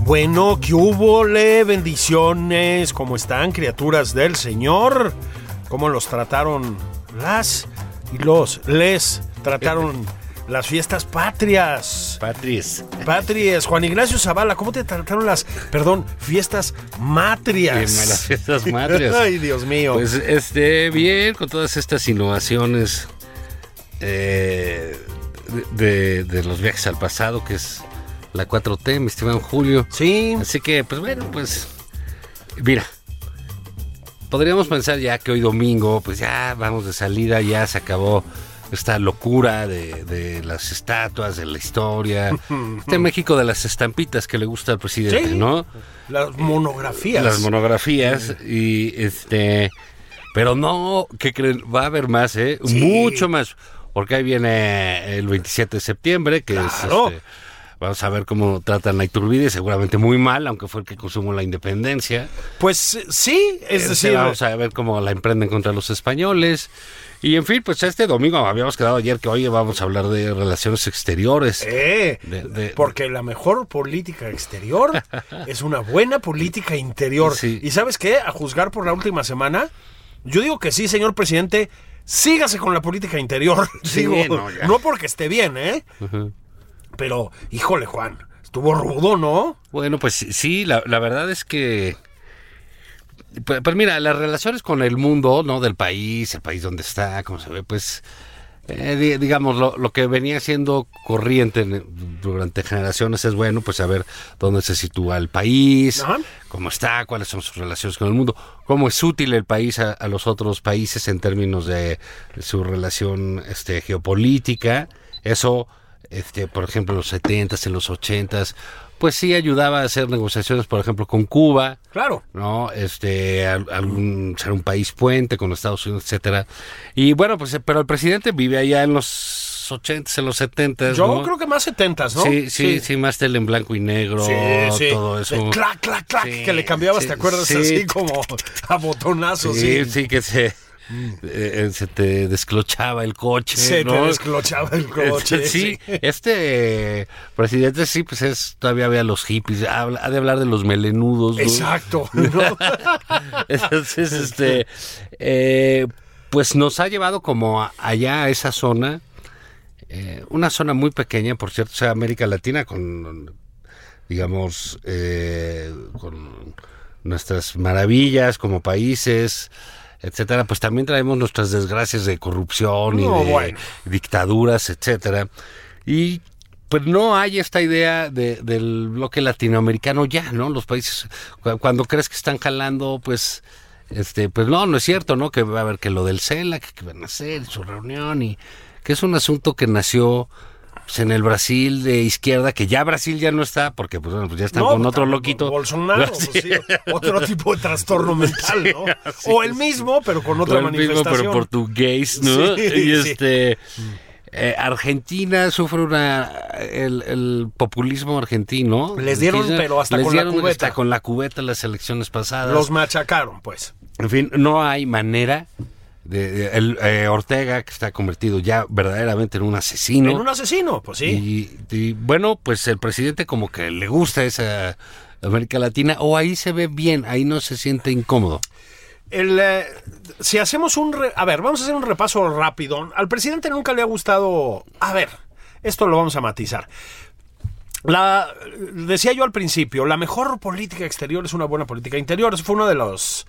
Bueno, que hubo le bendiciones, ¿cómo están criaturas del Señor? ¿Cómo los trataron las y los les trataron las fiestas patrias? Patris. Patries, Juan Ignacio Zavala, ¿cómo te trataron las, perdón, fiestas Bien, a las matrias? fiestas madres. Ay, Dios mío. Pues este, bien, con todas estas innovaciones eh, de, de los viajes al pasado, que es la 4T, mi estimado Julio. sí, Así que, pues bueno, pues. Mira. Podríamos pensar ya que hoy domingo, pues ya vamos de salida, ya se acabó esta locura de, de las estatuas, de la historia. Este México de las estampitas que le gusta al presidente, Sí. ¿no? las monografías. Las monografías y este... Pero no, ¿qué creen? Va a haber más, ¿eh? Mucho más. Porque ahí viene el 27 de septiembre, que es... Claro. este, vamos a ver cómo tratan a Iturbide, seguramente muy mal, aunque fue el que consumó la independencia. pues sí, es Este, decir, vamos a ver cómo la emprenden contra los españoles. Y en fin, pues este domingo habíamos quedado ayer que hoy vamos a hablar de relaciones exteriores. Eh, De- de- porque la mejor política exterior es una buena política interior. Sí. ¿Y sabes qué? A juzgar por la última semana, yo digo que sí, señor presidente, sígase con la política interior. Sí, digo, no, no, ya. porque esté bien, ¿eh? Ujú. Pero, híjole, Juan, estuvo rudo, ¿no? Bueno, pues sí, la, la verdad es que... Pues, pues mira, las relaciones con el mundo, ¿no? Del país, el país donde está, como se ve, pues... eh, di- digamos, lo, lo que venía siendo corriente en- durante generaciones es bueno, pues saber dónde se sitúa el país, Ajá. cómo está, cuáles son sus relaciones con el mundo, cómo es útil el país a, a los otros países en términos de su relación este, geopolítica. Eso, este, por ejemplo, en los 70s, en los 80s, pues sí ayudaba a hacer negociaciones, por ejemplo, con Cuba. Claro. ¿no? Este, al- algún, ser un país puente con Estados Unidos, etcétera. Y bueno, pues, eh, pero el presidente vive allá en los 80s, en los 70s, Yo Pues ¿no? creo que más setentas, ¿no? Sí, sí, sí, más tele en blanco y negro, todo eso. De clac, clac, clac, Sí, que le cambiabas, sí, ¿te acuerdas? sí. Así como a botonazos. Sí, sí. Mm. sí, que se, eh, eh, se te desclochaba el coche, Se te ¿no? desclochaba el coche. sí, este eh, presidente sí, pues es, todavía ve a los hippies, habla- ha de hablar de los melenudos. ¿no? Exacto. ¿no? Entonces, este, eh, pues nos ha llevado como a- allá a esa zona, eh, una zona muy pequeña, por cierto, o sea, América Latina con, digamos, eh, con nuestras maravillas como países, etcétera, pues también traemos nuestras desgracias de corrupción y No, de bueno. dictaduras, etcétera, y pues no hay esta idea de- del bloque latinoamericano ya, ¿no? Los países cu- cuando crees que están jalando, pues este, pues no, no es cierto, ¿no? Que va a haber que lo del CELAC, que, van a hacer su reunión y que es un asunto que nació pues, en el Brasil de izquierda, que ya Brasil ya no está, porque pues, bueno, pues ya están No, con otro también loquito. Bolsonaro, Sí. pues sí, otro tipo de trastorno mental, ¿no? así o el es. mismo, pero con otra Todo el mismo, manifestación. pero portugués, ¿no? Sí, y sí. este. eh, Argentina sufre una el, el populismo argentino. Les dieron, Kirchner, pero hasta les con la dieron cubeta. hasta con la cubeta las elecciones pasadas. Los machacaron, pues. En fin, no hay manera. De, de- el, eh, Ortega, que está convertido ya verdaderamente en un asesino. En un asesino, pues sí. Y, y, bueno, pues el presidente como que le gusta esa América Latina, o ahí se ve bien, ahí no se siente incómodo. El, eh, si hacemos un... re- a ver, vamos a hacer un repaso rápido. Al presidente nunca le ha gustado... A ver, Esto lo vamos a matizar. La, decía yo al principio, la mejor política exterior es una buena política interior. Eso fue una de los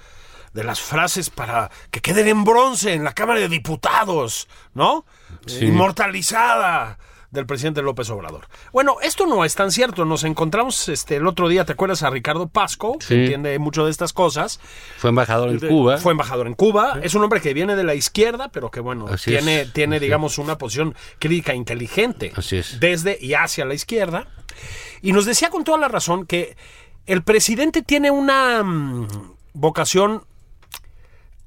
de las frases para que queden en bronce en la Cámara de Diputados, ¿no? Sí. Inmortalizada del presidente López Obrador. Bueno, esto no es tan cierto. Nos encontramos este el otro día, ¿te acuerdas a Ricardo Pasco? Sí. Que entiende mucho de estas cosas. Fue embajador en De- Cuba. Fue embajador en Cuba. Es un hombre que viene de la izquierda, pero que bueno, Así tiene, es. tiene digamos, una posición crítica e inteligente. Así es. Desde y hacia la izquierda. Y nos decía con toda la razón que el presidente tiene una mm, vocación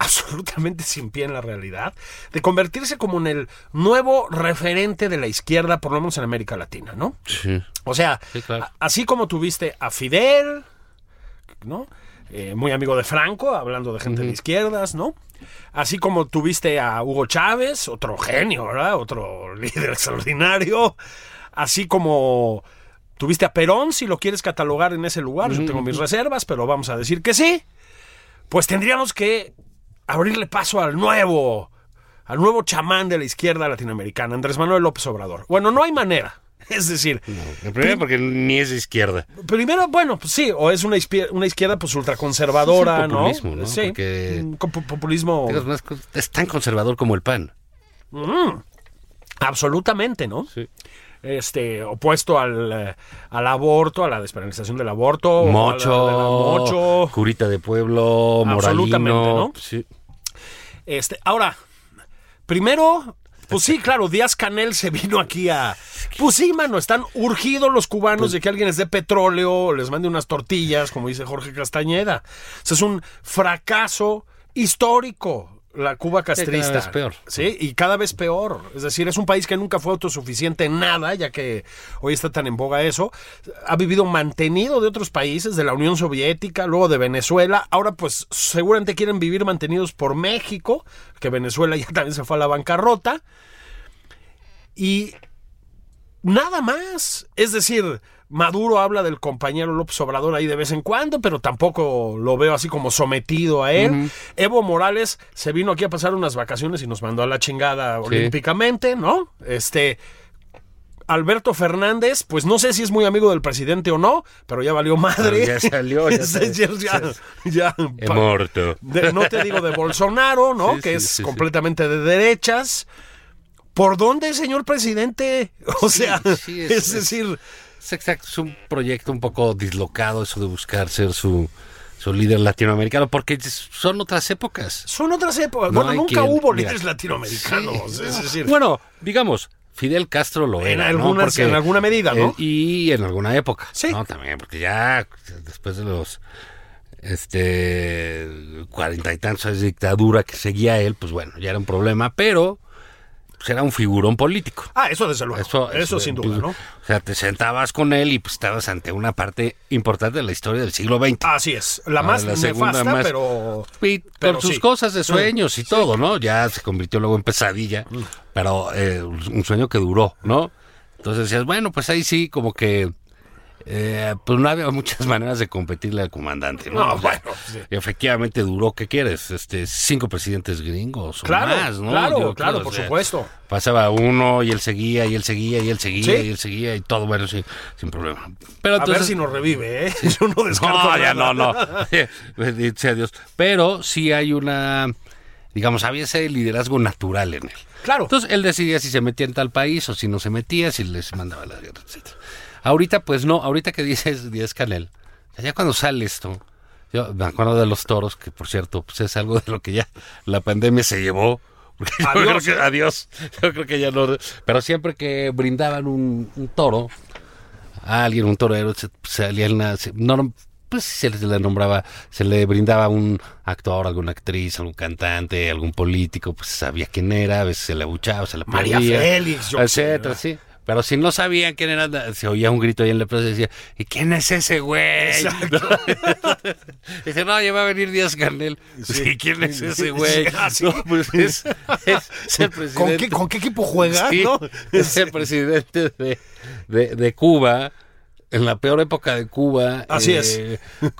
absolutamente sin pie en la realidad, de convertirse como en el nuevo referente de la izquierda, por lo menos en América Latina, ¿no? Sí. O sea, Sí, claro. a- así como tuviste a Fidel, ¿no? Eh, muy amigo de Franco, hablando de gente de izquierdas, ¿no? Así como tuviste a Hugo Chávez, otro genio, ¿verdad? Otro líder extraordinario. Así como tuviste a Perón, si lo quieres catalogar en ese lugar, yo tengo mis reservas, pero vamos a decir que sí. Pues tendríamos que abrirle paso al nuevo, al nuevo chamán de la izquierda latinoamericana, Andrés Manuel López Obrador. Bueno, no hay manera. Es decir, El primero porque ni es de izquierda. Primero, bueno, pues sí, o es una, izpier- una izquierda pues ultraconservadora, Es el populismo, ¿no? Sí, Porque- mm, con pu- populismo Digo, es más co- Es tan conservador como el pan. absolutamente, ¿no? Sí. Este, opuesto al, eh, al aborto, a la despenalización del Oh, aborto. o Mocho, a la- de la mocho. curita de pueblo, moralino. Absolutamente, ¿no? Sí. Este, ahora, primero, pues sí, claro, Díaz Canel se vino aquí a. Pues sí, mano, están urgidos los cubanos de que alguien les dé petróleo, les mande unas tortillas, como dice Jorge Castañeda. O sea, es un fracaso histórico. La Cuba castrista. cada vez peor. Sí, y cada vez peor. Es decir, es un país que nunca fue autosuficiente en nada, ya que hoy está tan en boga eso. Ha vivido mantenido de otros países, de la Unión Soviética, luego de Venezuela. Ahora, pues, seguramente quieren vivir mantenidos por México, que Venezuela ya también se fue a la bancarrota. Y nada más. Es decir, Maduro habla del compañero López Obrador ahí de vez en cuando, pero tampoco lo veo así como sometido a él. Evo Morales se vino aquí a pasar unas vacaciones y nos mandó a la chingada olímpicamente, ¿no? Este. Alberto Fernández, pues no sé si es muy amigo del presidente o no, pero ya valió madre. Ya salió, ya Este, salió. ya- ya- He muerto. de- no te digo de Bolsonaro, ¿no? Sí, que sí, es sí, sí. completamente de derechas. ¿Por dónde, señor presidente? O Sí, sea, sí, es, es- es- decir, Es exacto, es un proyecto un poco dislocado eso de buscar ser su, su líder latinoamericano, porque es- son otras épocas. son otras épocas. No bueno, hay nunca quien- hubo mira, líderes latinoamericanos. sí, es no. decir, bueno, digamos, Fidel Castro lo En era. ¿no? algunas- Porque- en alguna medida, ¿no? eh, y en alguna época. Sí. ¿no? También, porque ya después de los este cuarenta y tantos años de dictadura que seguía él, pues bueno, ya era un problema, pero pues, era un figurón político. ah, eso desde luego. Eso, sin pues, duda, ¿no? O sea, te sentabas con él y pues estabas ante una parte importante de la historia del siglo XX. Así es. La Ah, más la segunda nefasta, más- pero. Y pero con sus sí. Mm. cosas de sueños y todo, ¿no? Ya se convirtió luego en pesadilla, pero eh, un sueño que duró, ¿no? Entonces decías, bueno, pues ahí sí, como que. eh, pues no había muchas maneras de competirle al comandante, ¿no? No, O sea, bueno, sí. y Efectivamente duró, ¿qué quieres? Este, cinco presidentes gringos o Claro, más, ¿no? claro, Digo, claro, o por sea, supuesto. Pasaba uno y él seguía, y él seguía, y él seguía, Sí. y él seguía, y todo, bueno, sí, sin problema. Pero A ver entonces- si nos revive, ¿eh? Yo no descarto. no, ya nada. no, no. Bendito sea Dios. Pero sí hay una, digamos, había ese liderazgo natural en él. Claro. Entonces él decidía si se metía en tal país o si no se metía, si les mandaba las guerras, etc. Ahorita, pues no, ahorita que dices Díaz Canel, o sea, ya cuando sale esto, yo me acuerdo de los toros, que por cierto, pues es algo de lo que ya la pandemia se llevó. Porque yo Adiós, creo que- ¿eh? adiós. Yo creo que ya no. Pero siempre que brindaban un- un toro, a alguien, un torero, se- salía en la- se- no, no, pues se le nombraba, se le brindaba un actor, alguna actriz, algún cantante, algún político, pues sabía quién era, a veces se le abuchaba, se le María aplaudía, Félix, yo qué sé, etcétera, ¿verdad? sí. Pero si no sabían quién era, na- se oía un grito ahí en la plaza y decía, ¿y quién es ese güey? Dice, no, ya va a venir Díaz Canel. Sí. ¿quién es ese güey? Ah, sí. No, pues es, es- es el presidente. ¿Con qué, ¿Con qué equipo juega? Sí, ¿no? Es el presidente de, de- de Cuba. en la peor época de Cuba. Así eh,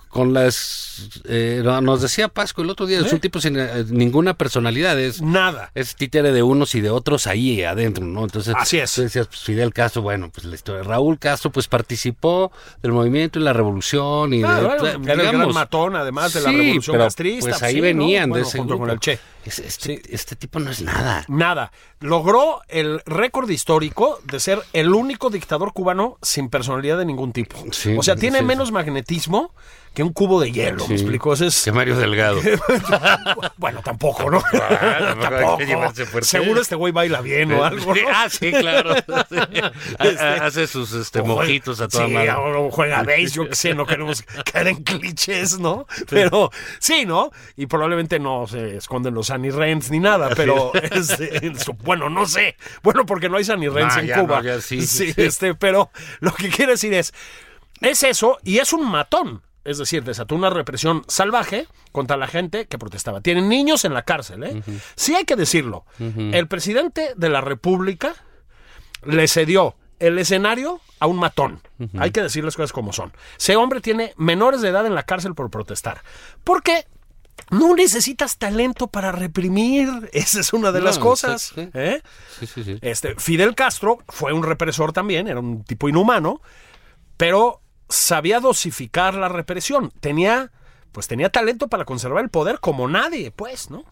Con las. eh, no, nos decía Pasco el otro día, es un tipo sin eh, ninguna personalidad. Es, Nada. es títere de unos y de otros ahí adentro, ¿no? Entonces, Así es. tú decías, pues, Fidel Castro, bueno, pues la historia. Raúl Castro, pues participó del movimiento y la revolución y Claro, de. pues, claro, digamos, era el gran matón, además, de la sí, revolución pero, castrista, Pues ahí sí, ¿no? venían de Bueno, ese junto con grupo. el Che. Es- Este, este tipo no es nada. Nada. Logró el récord histórico de ser el único dictador cubano sin personalidad de ningún tipo. Sí, o sea, tiene sí, menos magnetismo que un cubo de hielo. ¿Me explico? Ese es- Que Mario Delgado. Bueno, tampoco, ¿no? Claro, tampoco hay que llevarse tampoco. fuerte. Seguro este güey baila bien o algo. Sí, ¿no? ah, sí, claro. Sí. Ha- Hace sus este, O juega- mojitos a toda sí, madre. o juega béis, yo qué sé, no queremos caer en clichés, ¿no? Pero sí, ¿no? Y probablemente no se esconden los Sunny Rents ni nada, pero este, su- bueno, no sé. Bueno, porque no hay Sunny Rents No, en ya, Cuba. no, ya, sí, sí, sí. este, pero lo que quiero decir es, es eso y es un matón. Es decir, desató una represión salvaje contra la gente que protestaba. Tienen niños en la cárcel, ¿eh? Sí hay que decirlo. El presidente de la República le cedió el escenario a un matón. Hay que decir las cosas como son. Ese hombre tiene menores de edad en la cárcel por protestar. Porque no necesitas talento para reprimir. Esa es una de No, las cosas. exacto, sí. ¿eh? Sí, sí, sí. Este, Fidel Castro fue un represor también, era un tipo inhumano, pero sabía dosificar la represión. Tenía, pues tenía talento para conservar el poder como nadie, pues, ¿no?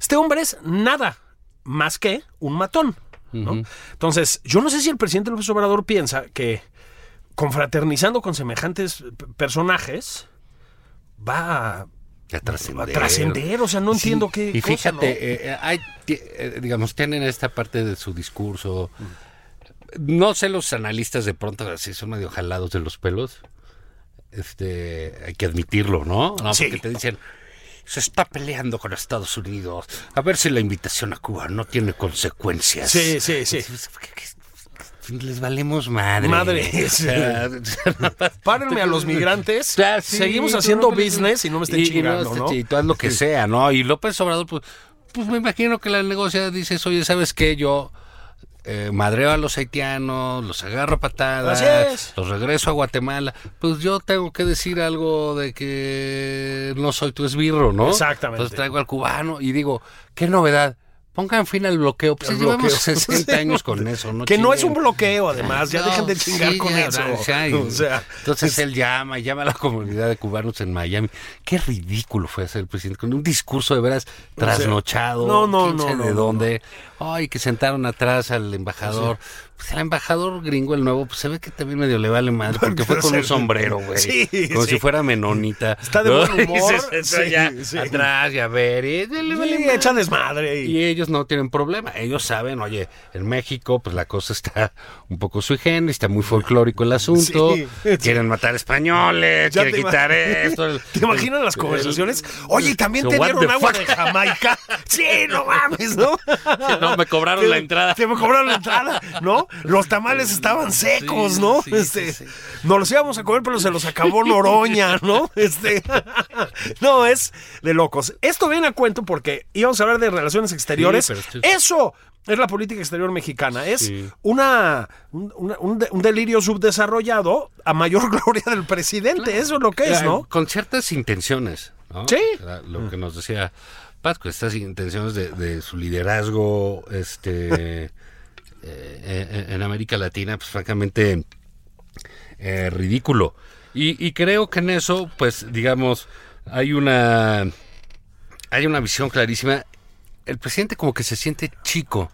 Este hombre es nada más que un matón, ¿no? Entonces, yo no sé si el presidente López Obrador piensa que confraternizando con semejantes p- personajes va a Ya trascender. trascender, o sea, no entiendo qué Y cosa, fíjate, ¿no? eh, eh, hay, ti- eh, digamos, tienen esta parte de su discurso. No sé, los analistas de pronto así son medio jalados de los pelos. Este, hay que admitirlo, ¿no? No, Ah, Sí. Porque te dicen, se está peleando con Estados Unidos. A ver si la invitación a Cuba no tiene consecuencias. Sí, sí, sí. Pues, ¿qué- qué- Les valemos madre. Madre. O sea, Párenme a los migrantes. Ah, sí, seguimos tú haciendo no- business y no me estén y- y chingando, este, ¿no? Y tú haz lo que sea, ¿no? Y López Obrador, pues, pues me imagino que la negocia dices, oye, ¿sabes qué? Yo eh, madreo a los haitianos, los agarro a patadas, Así es. los regreso a Guatemala. Pues yo tengo que decir algo de que no soy tu esbirro, ¿no? Exactamente. Entonces traigo al cubano y digo, qué novedad. Pongan fin al bloqueo. Pues Al ya llevamos bloqueo. 60 años con eso, ¿no? que no es un Chinguen. bloqueo, además. Ya No, dejen de sí, chingar con ya, eso. o sea, y- O sea, entonces él llama, llama a la comunidad de cubanos en Miami. Qué ridículo fue hacer el presidente con un discurso de veras trasnochado. no, no, quién no, sabe no, de no, dónde. Ay, que sentaron atrás al embajador. Pues el embajador gringo, el nuevo, pues se ve que también medio le vale madre porque fue con un sombrero, güey. Sí, como sí. si fuera menonita. Está de buen humor. Y se sentó Sí, allá sí. atrás y a ver, y le sí, vale madre. echa desmadre. y- Y ellos no tienen problema. Ellos saben, oye, en México, pues la cosa está un poco sui generis, está muy folclórico el asunto. Sí. Quieren matar españoles, Ya quieren te quitar ima- esto. el- ¿Te imaginas las conversaciones? Oye, ¿también So te what dieron the agua fuck? de Jamaica? Sí, no mames, ¿no? No, me cobraron Te- la entrada. Te me cobraron la entrada, ¿no? Los tamales estaban secos, Sí, ¿no? sí, este, sí, sí. Nos los íbamos a comer, pero se los acabó Noroña, ¿no? Este, no, es de locos. Esto viene a cuento porque íbamos a hablar de relaciones exteriores. Sí, pero esto Eso es la política exterior mexicana. Es Sí. una, un, una- un de- un delirio subdesarrollado a mayor gloria del presidente. Eso es lo que es, Claro, ¿no? Con ciertas intenciones, ¿no? Sí. Era Lo que nos decía Pasco, estas intenciones de, de su liderazgo este, eh, eh, en América Latina, pues francamente eh, ridículo. Y, y creo que en eso, pues digamos, hay una, hay una visión clarísima. El presidente como que se siente chico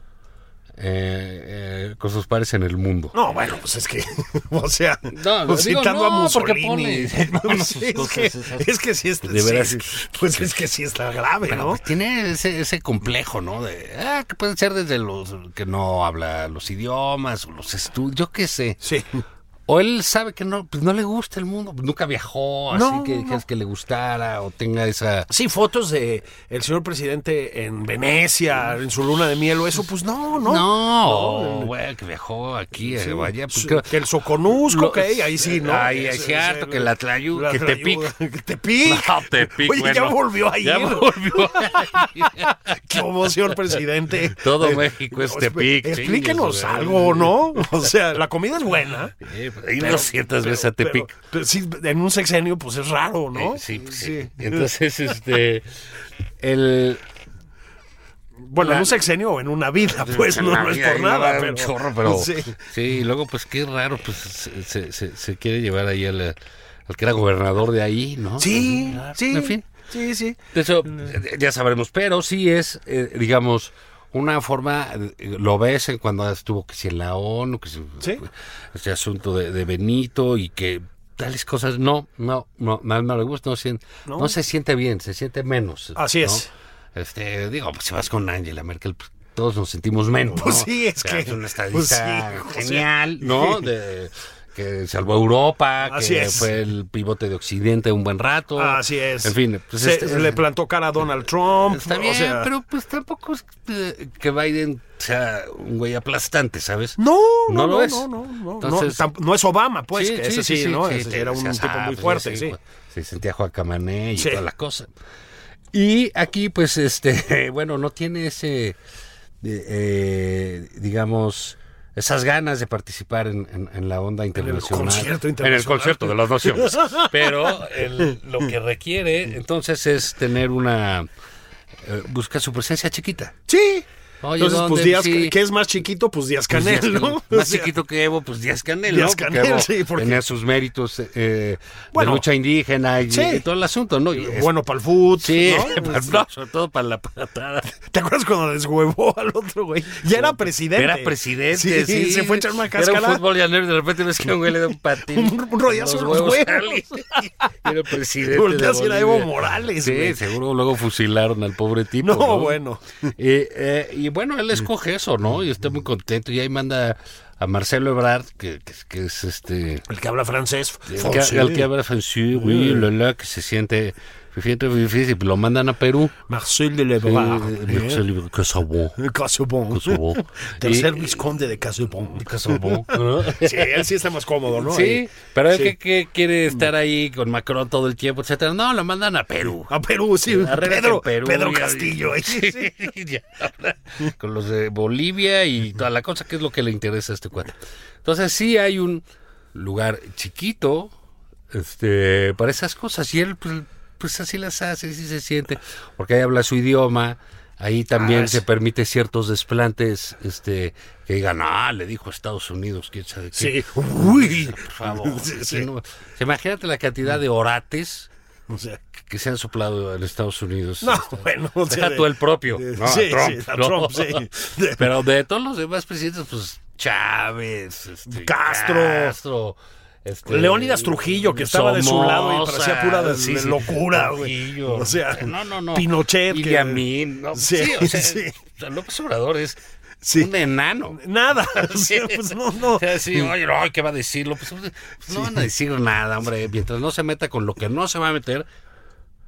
eh, eh, con sus pares en el mundo. No, bueno, pues es que, o sea, No, pues digo, citando no, a Mussolini. porque pone- No, sí, es, que, es que sí está, De sí, veras. sí, pues es que sí está grave, Pero ¿no? pues, tiene ese, ese complejo, ¿no? De, ah, que pueden ser desde los que no habla los idiomas o los estudios, yo qué sé. Sí, O él sabe que no, pues no le gusta el mundo, pues, nunca viajó, así No, que dijeras que le gustara o tenga esa... sí, fotos de el señor presidente en Venecia, en su luna de miel o eso, pues no, no. No, oh, güey, que viajó aquí, eh, vaya, pues, Sí, creo- Que el soconusco, Lo- que ahí sí, ¿no? Ay, es Ese- cierto, ese- que la tlayu- que te tlayuda, Que te pica. No, te pico, Oye, ya bueno. volvió ahí. Ya volvió. ¿Cómo, señor presidente? Eh, Todo México es no, Tepic, Explíquenos chingues, güey. algo, ¿no? O sea, la comida es buena. Sí, he ido ciertas veces a Tepic. Pero, pero sí, en un sexenio, pues es raro, ¿no? Eh, sí, pues, sí. Entonces, este, el, Bueno, Ah. en un sexenio o en una vida, pues no, no es por nada. pero, Pero, sí. Sí. y luego, pues qué raro, pues se, se- se- se quiere llevar ahí al, eh, al que era gobernador de ahí, ¿no? Sí, Ah, sí. En fin, Sí, sí. de eso Mm. eh, ya sabremos, pero sí es, eh, digamos, una forma, eh, lo ves en cuando estuvo que si en la ONU, que si, Sí. este asunto de, de Benito y que tales cosas, no, no, no, no, no le gusta, no, sien- No. no se siente bien, se siente menos. Así ¿no? es. Este, digo, pues si vas con Angela Merkel, pues, todos nos sentimos menos. Pues ¿no? sí, es que- Es una pues estadista sí, o sea, genial, ¿no? De- que salvó a Europa, Así que es. fue el pivote de Occidente un buen rato. Así es. Oh, En fin, pues, Se- este- le plantó cara a Donald Trump. Está o bien, sea, pero pues tampoco es que, que Biden sea un güey aplastante, ¿sabes? No, no, No no, lo no, es. no, no, no, Entonces- tamp- no es Obama, pues, Sí, que sí, ese sí, sí, sí, ¿no? sí, Ese te- era un decías, tipo ah, muy pues, fuerte, sí. Se sentía Juacamané y Sí. toda la cosa. Y aquí, pues, este, bueno, no tiene ese, eh, eh, digamos, esas ganas de participar en, en- en la onda internacional. concierto En el internacional. concierto de las naciones. Pero el- lo que requiere, entonces, es tener una... eh, busca su presencia chiquita. Sí. Oye, Entonces, ¿dónde? pues Díaz, Sí. que es más chiquito, pues Díaz Pues, Canel, Díaz ¿no? Canel. Más O sea, chiquito que Evo, pues Díaz Canel, Díaz ¿no? Porque Canel, Evo sí, porque- Tenía sus méritos eh, eh, Bueno. de lucha indígena y, Sí. y todo el asunto, ¿no? Y es- Bueno, para el fútbol. sí, ¿no? Pues, para- no, sobre todo para la patada. ¿Te acuerdas cuando deshuevó al otro güey? Ya era presidente. Era presidente, sí. se fue a echar una Era un cáscara. fútbol llanero y de repente ves que un güey le da un patín. Un- un rodillazo en en los huevos. sale. Era el presidente Volteas de y era Bolivia. Evo Morales, Sí, güey. seguro luego fusilaron al pobre tipo. No, bueno. Eh, eh, y bueno, él escoge eso, ¿no? Y está muy contento. Y ahí manda a Marcelo Ebrard, que, que- que es este... El que habla francés. El que, el que habla francés, oui, la, la, que se siente, se siente difícil, lo mandan a Perú. Marcel de Eh, Lebrard. eh, se libre- que sabón, Casubón. que sabón. Tercer Y- visconde de Casubón. que sabón, ¿no? Sí, él sí está más cómodo, ¿no? Sí, Ahí. pero es Sí. Mm. que, que quiere estar ahí con Macron todo el tiempo, etcétera. No, lo mandan a Perú. A Perú, sí. Arréglate Pedro, en Perú, Pedro ya- Castillo. ahí, sí. Sí, ya. con los de Bolivia y toda la cosa que es lo que le interesa a este cuate. Entonces sí hay un lugar chiquito este, para esas cosas y él pues, pues, así las hace, así se siente, porque ahí habla su idioma. Ahí también Ah, se sí. permite ciertos desplantes este, que digan, ah, le dijo Estados Unidos, quién sabe qué. Sí. Uy. Por favor. Sí, aquí sí. no- Imagínate la cantidad de orates O sea, que se han soplado en Estados Unidos. No, Este, bueno. o sea, Deja tú el propio. de- ¿no? A sí, Trump, sí, a ¿no? Trump, sí. De- Pero de todos los demás presidentes, pues Chávez, este, Castro. Castro, este, Leónidas Trujillo, que estaba de su Somoza, lado y parecía pura de- sí, de sí, locura, güey. Trujillo. O sea, no, no, no. Pinochet, que- Guillamín, no, sí, Sí, o sea, sí. López Obrador es Sí. un enano. Nada. O sea, pues no, no. O sea, sí, oye, no, ¿qué va a decir? López Obrador? Pues no van a decir nada, hombre. Mientras no se meta con lo que no se va a meter,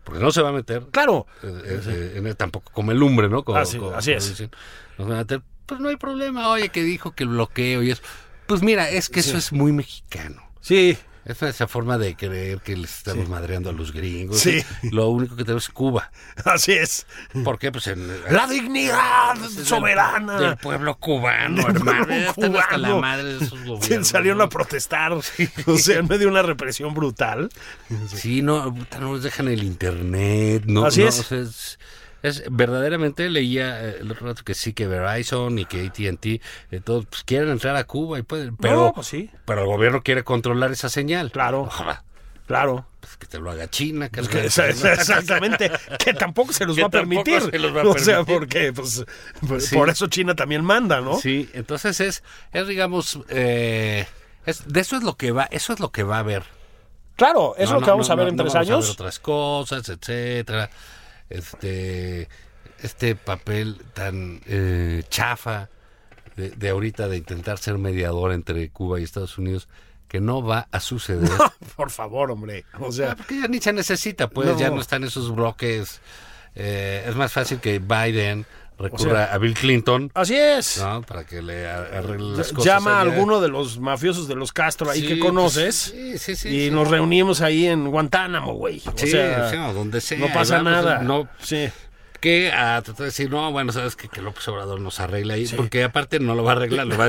porque no se va a meter, Claro. eh, eh, eh, en el- tampoco como el lumbre, ¿no? Como- Así- como- Ah, así como es. dicen. Nos van a meter, pues no hay problema, oye, que dijo que el bloqueo y eso. Pues mira, es que eso es muy mexicano. Sí. Es esa forma de creer que les estamos madreando a los gringos. Sí. Lo único que tenemos es Cuba. Así es. ¿Por qué? Pues en... La dignidad del- soberana. Del pueblo cubano, Del pueblo hermano. Ya están hasta la cubano. madre de esos gobiernos. Sí, salieron a ¿no? protestar. O sea, en medio de una represión brutal. Sí, no, puta, no nos dejan el internet, no. Así no, es. o sea, es, es- verdaderamente leía eh, el otro rato que sí, que Verizon y que ATT, eh, todos pues, quieren entrar a Cuba y pueden, pero, No, pues sí. pero el gobierno quiere controlar esa señal. Claro. Ojalá, Claro. pues, que te lo haga China, que, Que- lo haga- esa- esa- exactamente. Que tampoco se los Que va a tampoco permitir. se los va a O sea, permitir. porque pues, pues, Sí. por eso China también manda, ¿no? Sí, entonces es, es digamos, eh, es, de eso es lo que va, eso es lo que va a haber. Claro, eso es No, lo que no, vamos no, a ver no, en no tres vamos a ver años. otras cosas, etcétera. Este, este papel tan eh, chafa de, de ahorita de intentar ser mediador entre Cuba y Estados Unidos que no va a suceder. Por favor, hombre. O Ah, sea, Porque ya ni se necesita, pues No. ya no están esos bloques. Eh, es más fácil que Biden recurra a Bill Clinton así es. ¿no? para que le ar- arregle las cosas. ah, Llama a allá. alguno de los mafiosos de los Castro ahí Sí, que pues, conoces. sí, sí, sí, y sí. nos reunimos ahí en Guantánamo, güey. O Sí, sea, sí, o donde sea, no pasa vamos, nada. no- Sí. que a tratar de decir, no, bueno, sabes que, que López Obrador nos arregla ahí, porque aparte no lo va a arreglar, lo va a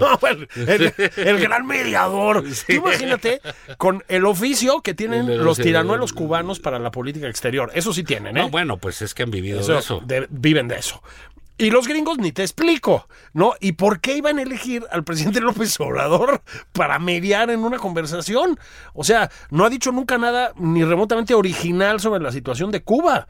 No, bueno, el, el gran mediador. Tú Imagínate con el oficio que tienen El- los el- tiranuelos cubanos para la política exterior. Eso sí tienen, ¿eh? No, bueno, pues es que han vivido Eso, de eso. de- viven de eso. Y los gringos ni te explico, ¿no? ¿Y por qué iban a elegir al presidente López Obrador para mediar en una conversación? O sea, no ha dicho nunca nada ni remotamente original sobre la situación de Cuba.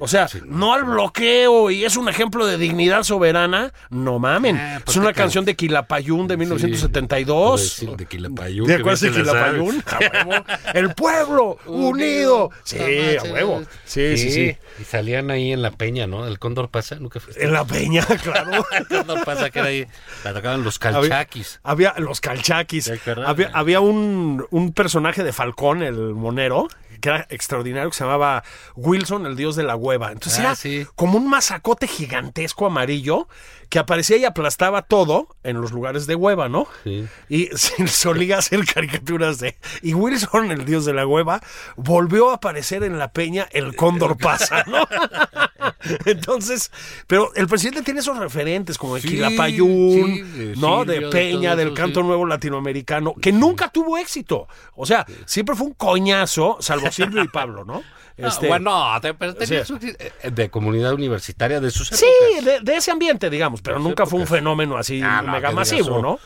O sea, no al bloqueo y es un ejemplo de dignidad soberana. No mamen. Ah, es pues una te caes. canción de Quilapayún de 1972. Sí, de Quilapayún, ¿Te que acuerdas de bien te la sabes. Quilapayún? A huevo. El pueblo unido. Sí, a huevo. Sí, sí, sí. Y salían ahí en la peña, ¿no? El Cóndor Pasa, nunca fue. En la peña, claro. El Cóndor Pasa que era ahí, la tocaban los Había- calchaquis. Había, los calchaquis. ¿Te acuerdas? Había, había un, un personaje de Falcón, el monero, que era extraordinario, que se llamaba Wilson, el dios de la hueva. Entonces Ah, era sí. como un mazacote gigantesco amarillo que aparecía y aplastaba todo en los lugares de hueva, ¿no? Sí. Y se solía hacer caricaturas de... Y Wilson, el dios de la hueva, volvió a aparecer en la peña el cóndor pasa, ¿no? Entonces, pero el presidente tiene esos referentes como de Sí, sí, Quilapayún, de ¿no? Silvio, de de Peña, todo del eso, canto sí. nuevo latinoamericano, que nunca tuvo éxito. O sea, siempre fue un coñazo, salvo Silvio y Pablo, ¿no? Este, Ah, bueno, te- pero tenía sí. su- eh, de comunidad universitaria de sus sí, épocas. de, de ese ambiente, digamos, pero nunca fue un fenómeno así Ah, no, mega que masivo, digas, ¿no?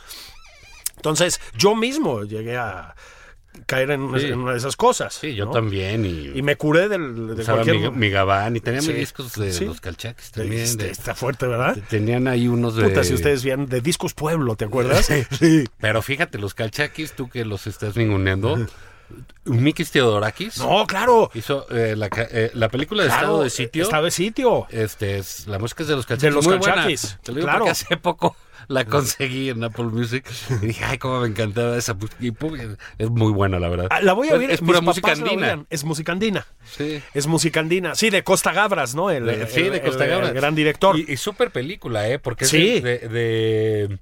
Entonces, yo mismo llegué a caer en, una- Sí. en una de esas cosas. Sí, yo ¿no? también. Y, Y me curé del, de usaba cualquier... mi, mi gabán y tenía Sí. mis discos de Sí. los calchaquis también. Este, de- Está fuerte, ¿verdad? te- tenían ahí unos de... Puta, si ustedes vieron de Discos Pueblo, ¿te acuerdas? sí. Pero fíjate, los calchaquis, tú que los estás ninguneando, Mikis Teodorakis No, claro. hizo eh, la, ca- eh, la película de Claro, Estado de Sitio. Estado de sitio. Este es, la música es de los calchaquis. De los muy buena. calchaquis, Te lo digo claro. porque hace poco la conseguí en Apple Music. Y dije, ay, cómo me encantaba esa música. Y pum, es muy buena, la verdad. Ah, La voy a Es- oír. Pues Es, pura mis música papás la andina. oían. Es música andina. Sí. Es música andina. Sí, de Costa Gabras, ¿no? El, el- sí, de el- Costa Gabras. el gran director. Y, y súper película, ¿eh? Porque es Sí. de, de,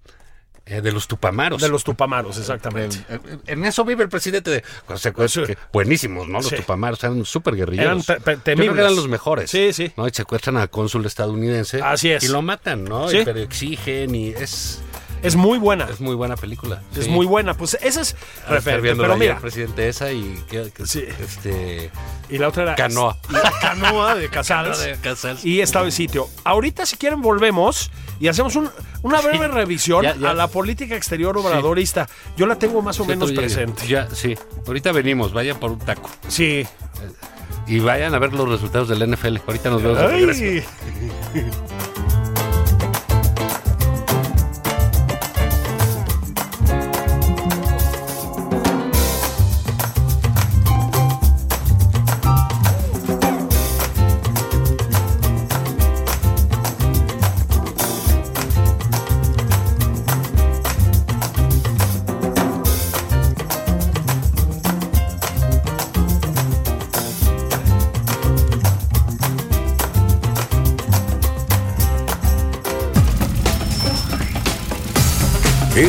eh, de los tupamaros. de los Tupamaros, exactamente. Eh, eh, En eso vive el presidente de consecuencias que buenísimos, ¿no? Los Sí. tupamaros eran súper guerrilleros. Eran te- te- Yo creo que temibles. eran los mejores. Sí, sí. ¿no? Y secuestran al cónsul estadounidense. Así es. Y lo matan, ¿no? Sí. Y- pero exigen y es, Es muy buena. es muy buena película. Es Sí. muy buena. Pues esa es Ahora estar referente. viéndola Pero ahí, el mira. presidente esa y que, que- Sí. este Y la otra era. Canoa. La canoa de Casals. Canoa de Casals. Y Estado de sitio. Ahorita, si quieren, volvemos y hacemos un- una breve revisión Ya, ya. a la política exterior obradorista. Yo la tengo más o menos Tú ya- presente. Ya, sí. Ahorita venimos, vayan por un taco Sí. y vayan a ver los resultados del NFL. Ahorita nos vemos. de regreso. Ay.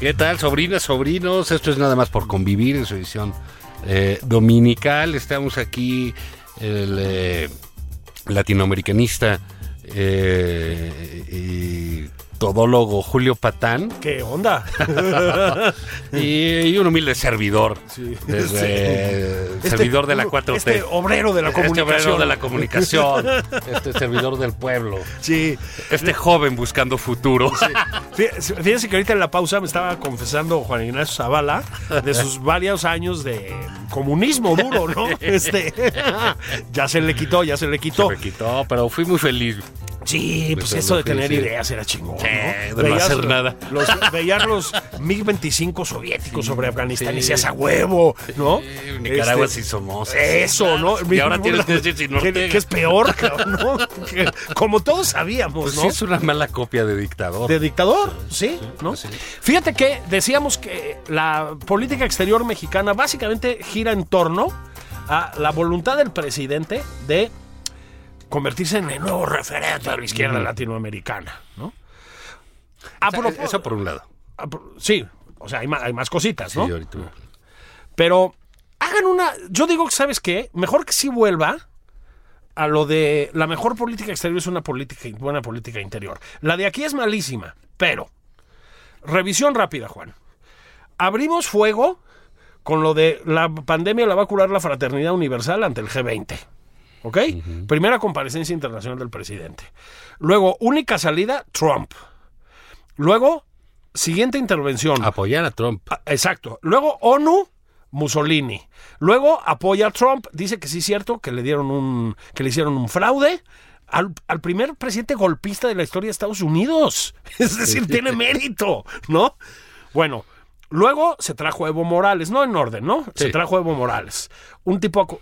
¿Qué tal, sobrinas, sobrinos? Esto es nada más por convivir en su edición eh, dominical. Estamos aquí el eh, latinoamericanista eh, y todólogo Julio Patán ¿Qué onda? y, y un humilde servidor. desde, eh, Servidor de la Este- 4T. Este obrero de la Este comunicación. obrero de la comunicación, este servidor del pueblo, Sí. este joven buscando futuro. Fíjense fíjense que ahorita en la pausa me estaba confesando Juan Ignacio Zavala de sus varios años de comunismo duro, ¿no? Este, ya se le quitó, ya se le Se quitó. me quitó, pero fui muy feliz. Sí, pues, eso de tener ideas era chingón. Sí, de no hacer nada. Los, veías los MiG-25 soviéticos sobre Afganistán y decías a huevo, ¿no? Nicaragua Este, pues sí somos. Eso, ¿no? Y ahora tienes que decir sin que, Ortega. que es peor, cabrón, ¿no? Que- como todos sabíamos, Pues ¿no? sí es una mala copia de dictador. De dictador, sí, ¿no? así es. Fíjate que decíamos que la política exterior mexicana básicamente gira en torno a la voluntad del presidente de convertirse en el nuevo referente de la izquierda latinoamericana, ¿no? A O sea, eh, propós- eso por un lado. a pro- sí, o sea, hay ma- hay más, cositas, ¿no? Sí, ahorita. Pero hagan una. Yo digo que, ¿sabes qué? Mejor que sí vuelva a lo de la mejor política exterior es una política, buena política interior. La de aquí es malísima, pero. Revisión rápida, Juan. Abrimos fuego con lo de la pandemia la va a curar la fraternidad universal ante el G20. ¿Ok? Primera comparecencia internacional del presidente. Luego, única salida, Trump. Luego, siguiente intervención. Apoyar a Trump. Ah, Exacto. Luego ONU, Mussolini. Luego apoya a Trump, dice que sí es cierto, que le dieron un, que le hicieron un fraude. Al, al primer presidente golpista de la historia de Estados Unidos. Es decir, tiene mérito, ¿no? Bueno, luego se trajo a Evo Morales, no en orden, ¿no? Se Sí. trajo a Evo Morales. Un tipo, acu-